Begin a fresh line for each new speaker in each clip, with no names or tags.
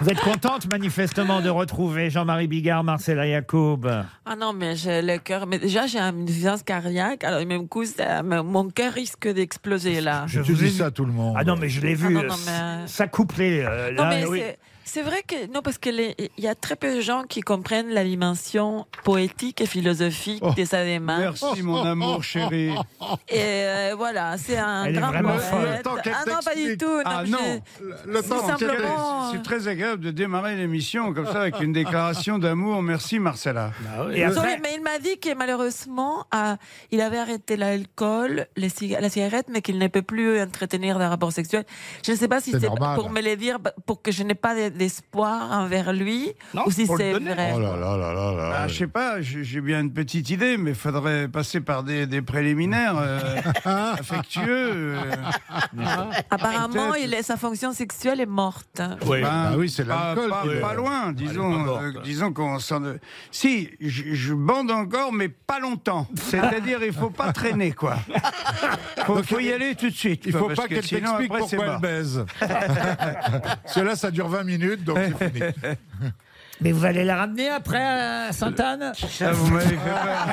Vous êtes contente manifestement de retrouver Jean-Marie Bigard, Marcella Yacoub.
Ah non, mais j'ai le cœur. Mais déjà, j'ai une insuffisance cardiaque. Alors, du même coup, ça- mon cœur risque d'exploser là.
Je
tu
vous ai
dis
vu-
ça à tout le monde.
Ah non mais je l'ai vu
Ah non, non,
euh,
mais-
s'accoupler euh,
Non,
là.
mais
oui.
c'est- c'est vrai que. Non, parce qu'il y a très peu de gens qui comprennent la dimension poétique et philosophique
Oh,
de sa démarche.
Merci mon amour chéri.
Et euh, voilà, c'est un
Elle est
grand
vraiment
poète.
folle.
Le temps qu'elle
Ah non, pas du
t'explique.
tout. Non,
Ah
mais
non,
j'ai-
le- le
c'est
temps qu'elle-
simplement-
C'est très agréable de démarrer l'émission comme ça avec une déclaration d'amour. Merci Marcella.
Bah Et
Sorry,
après,
mais il m'a dit que malheureusement, ah, il avait arrêté l'alcool, les ciga- la cigarette, mais qu'il ne peut plus entretenir des rapports sexuels. Je ne sais pas si
C'est
c'est
normal.
pour me le dire, bah, pour que je n'ai pas de- d'espoir envers lui,
Non,
ou si
pour le
c'est
donner.
vrai.
Oh là là là là là.
Ah, je sais pas, j'ai j'ai bien une petite idée, mais faudrait passer par des, des préliminaires euh, affectueux. euh.
Apparemment,
Peut-être.
il est- sa fonction sexuelle est morte.
Oui.
Ben,
Bah oui, c'est
pas,
l'alcool
pas-
qui le-
pas loin,
pas
disons.
morte.
euh, disons qu'on s'en. Si, je, je bande encore, mais pas longtemps. C'est-à-dire, il faut pas traîner, quoi. Faut, faut y aller tout de suite.
Il
quoi,
faut
parce
pas
que
qu'elle
sinon,
t'explique
après, c'est
pourquoi elle
mort.
baise. Cela, ça dure 20 minutes, donc c'est fini.
mais vous allez la ramener après à Sainte-Anne
Ah, vous m'avez fait peur.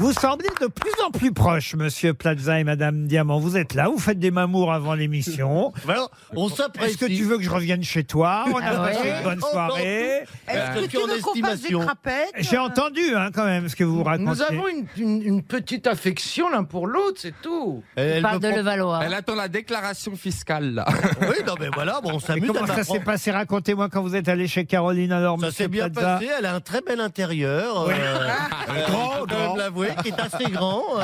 Vous semblez de plus en plus proche, Monsieur Plaza et Madame Diamant. Vous êtes là, vous faites des mamours avant l'émission.
Voilà, on s'apprécie.
Est-ce que tu veux que je revienne chez toi On a
Ah
passé
ouais
une bonne
Oh,
soirée.
Est-ce
Euh,
que
tu
tu
en
veux qu'on fasse des
estimation.
crapettes
J'ai entendu hein, quand même ce que vous racontez.
Nous avons une, une- une petite affection l'un pour l'autre, c'est tout.
Elle
Parle
me
de
prend-
Levallois.
Elle attend la déclaration fiscale, là.
Oui, non, mais voilà, bon, on
Mais
s'amuse.
comment
elle
ça
m'apprend-
s'est passé Racontez-moi quand vous êtes allé chez Caroline alors,
Ça
Monsieur
s'est bien
Plaza.
passé. Elle a un très bel intérieur. euh, euh,
Grand,
je peux
grand.
me l'avouer, qui est assez grand. euh,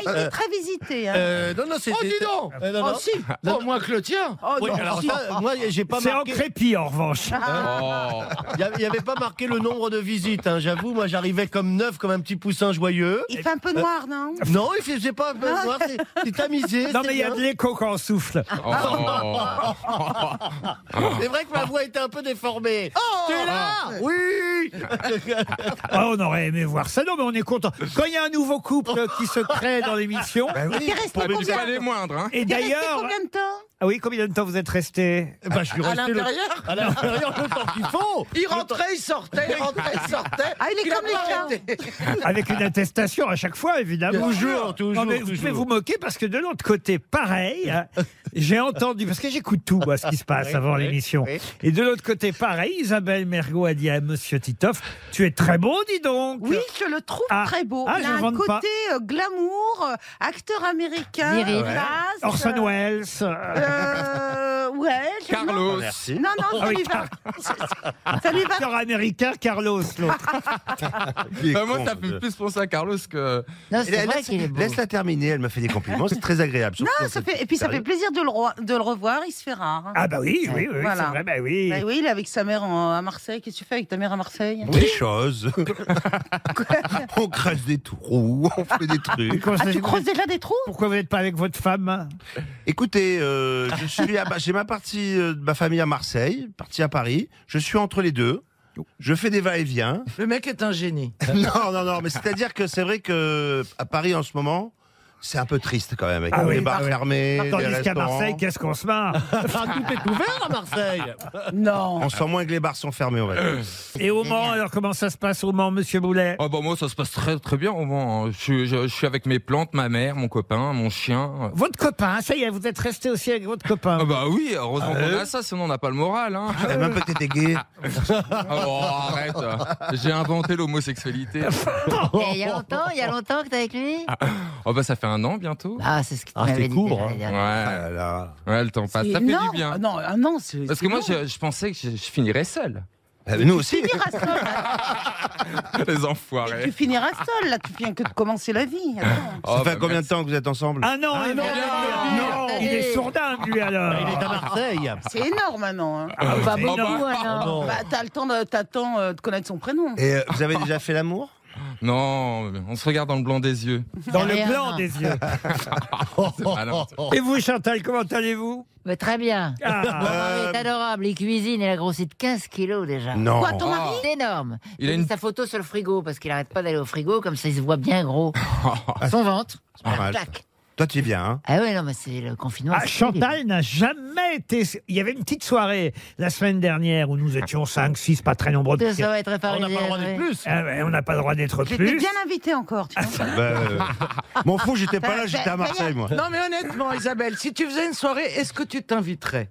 Qui a été très visité. Hein.
euh, non, non, c'est.
oh, dis
c'est-
donc
Euh, non,
Oh,
non.
si
Ah,
Oh, moins que le tien Oh,
Oui,
non,
alors
si.
ça, moi, j'ai pas
C'est en
marqué.
crépi en revanche.
Oh.
Il n'y avait pas marqué le nombre de visites, hein, j'avoue. Moi, j'arrivais comme neuf, comme un petit poussin joyeux. Euh,
Il fait un peu noir, non
Non, il faisait pas. voir, c'est- C'est tamisé.
Non
c'est
mais il y a
bien.
de l'écho quand on souffle.
Oh.
C'est vrai que ma voix était un peu déformée. tu es là Oui
Ah, on aurait aimé voir ça. Non mais on est content. Quand il y a un nouveau couple qui se crée dans l'émission.
Bah
T'es resté
Ah, mais
combien
pas les moindres, hein.
Et
T'es resté
d'ailleurs,
combien de temps
ah oui, combien de temps vous êtes resté
Bah, je suis
À
resté le-
l'intérieur
à l'intérieur le temps qu'il faut.
Il rentrait, il sortait, il rentrait, il sortait.
Ah, il est
a
comme les
pas
chiens.
arrêté.
avec une attestation à chaque fois, évidemment.
Toujours, toujours,
Non, mais vous pouvez
toujours.
vous moquer parce que de l'autre côté, pareil, hein, j'ai entendu, parce que j'écoute tout, moi, ce qui se passe avant l'émission.
oui.
Et de l'autre côté, pareil, Isabelle Mergot a dit à Monsieur Titoff Tu es très beau, dis donc
Oui, je le trouve
Ah.
très beau.
Ah,
il
je
a un
vante
côté
pas.
euh, glamour, euh, acteur américain,
Viril.
vaste,
Orson Welles.
euh,
euh,
euh, ouais, je-
Carlos.
Non, non,
Ah
ça
oui,
lui va. Ça lui va.
acteur américain, Carlos, l'autre.
Ah,
Bah, moi, ça fait plus penser à Carlos que.
Non, c'est vrai
Laisse-
qu'il est beau.
Laisse-la terminer, elle m'a fait des compliments, c'est très agréable.
Non,
surtout quand
ça
c'est
fait, et puis ça fait
sérieux.
plaisir de le, roi- de le revoir, il se fait rare. hein.
Ah, bah oui, oui, oui, oui,
Voilà.
c'est vrai, bah oui.
Bah oui, il est avec sa mère en- à Marseille. Qu'est-ce que tu fais avec ta mère à Marseille hein
Des choses. on crache des trous, on fait des trucs.
Comment
Ah,
ça-
tu creuses déjà des trous
Pourquoi vous n'êtes pas avec votre femme
Écoutez, euh, je suis à- j'ai ma partie euh, de ma famille à Marseille, partie à Paris. Je suis entre les deux. Je fais des va-et-vient.
Le mec est un génie.
non, non, non, mais c'est-à-dire que c'est vrai que à Paris en ce moment, c'est un peu triste quand même. Avec
Ah
les
oui,
bars
bah oui.
fermés, les
Tandis qu'à
restaurants.
Marseille, qu'est-ce qu'on se marre
tout est ouvert à Marseille.
Non.
On sent moins que les bars sont fermés, on va dire.
Et au Mans, alors comment ça se passe au Mans, Monsieur Boulet
Oh, bah, moi, ça se passe très, très bien au moment. hein. Je, suis- je- je suis avec mes plantes, ma mère, mon copain, mon chien.
Votre copain, ça y est, vous êtes resté aussi avec votre copain.
Ah, bah oui, heureusement qu'on a ça, sinon on n'a pas le moral, hein.
Et même peut-être t'étais gay.
Ah, bon, arrête. J'ai inventé l'homosexualité.
Et Eh, il y a longtemps, il y a longtemps que t'es avec lui
Oh, bah, ça fait un an bientôt.
Ah, c'est ce que tu
Ah, c'est
m'avais dit.
court,
déjà
hein.
l'année dernière.
Ouais,
Ah là là.
ouais, le temps passe.
C'est
Ça fait
énorme.
du bien.
Non, ah non, c'est.
Parce que
c'est
moi,
bon.
je, je pensais que je, je finirais seul.
Ah, mais Nous aussi.
Tu finiras seul. là.
Les
Tu
enfoirés.
finiras seul, là. Tu viens que de commencer la vie. Attends.
Oh,
Ça fait
bah,
combien de temps que vous êtes ensemble
Ah non, il,
non,
est-
non,
il est sourdingue, lui, alors.
Ah, Il est à Marseille.
C'est énorme maintenant. hein.
Ah,
Pas
c'est énorme.
beaucoup, alors.
non.
Bah, t'as le temps de, t'as le temps, euh, de connaître son prénom.
Et euh, vous avez déjà fait l'amour
Non, on se regarde dans le blanc des yeux.
Dans le
Rien.
blanc des yeux.
C'est malin.
Et vous, Chantal, comment allez-vous
Bah,
Mais très bien. Mon
Ah,
mari est adorable. Il cuisine, il a grossi de 15 kilos déjà.
Non.
Quoi, ton mari
C'est énorme.
Il
Il
a
a
une-
sa photo sur le frigo parce qu'il n'arrête pas d'aller au frigo, comme ça il se voit bien gros. Son ventre.
dommage.
Tac.
Toi, tu es bien, hein
Ah ouais, non, mais c'est le confinement.
Ah,
c'est
Chantal n'a jamais été. Il y avait une petite soirée la semaine dernière où nous étions 5, 6, pas très nombreux. parce
terrible.
que-
Ça va être
On n'a
parisien,
pas le droit
ouais.
d'être plus.
Ah ouais, on n'a pas le droit d'être
J'étais
plus.
bien invité encore, tu vois.
Bah, euh, M'en fous, j'étais pas là, j'étais
Bah,
à Marseille, moi.
Non, mais honnêtement, Isabelle, si tu faisais une soirée, est-ce que tu t'inviterais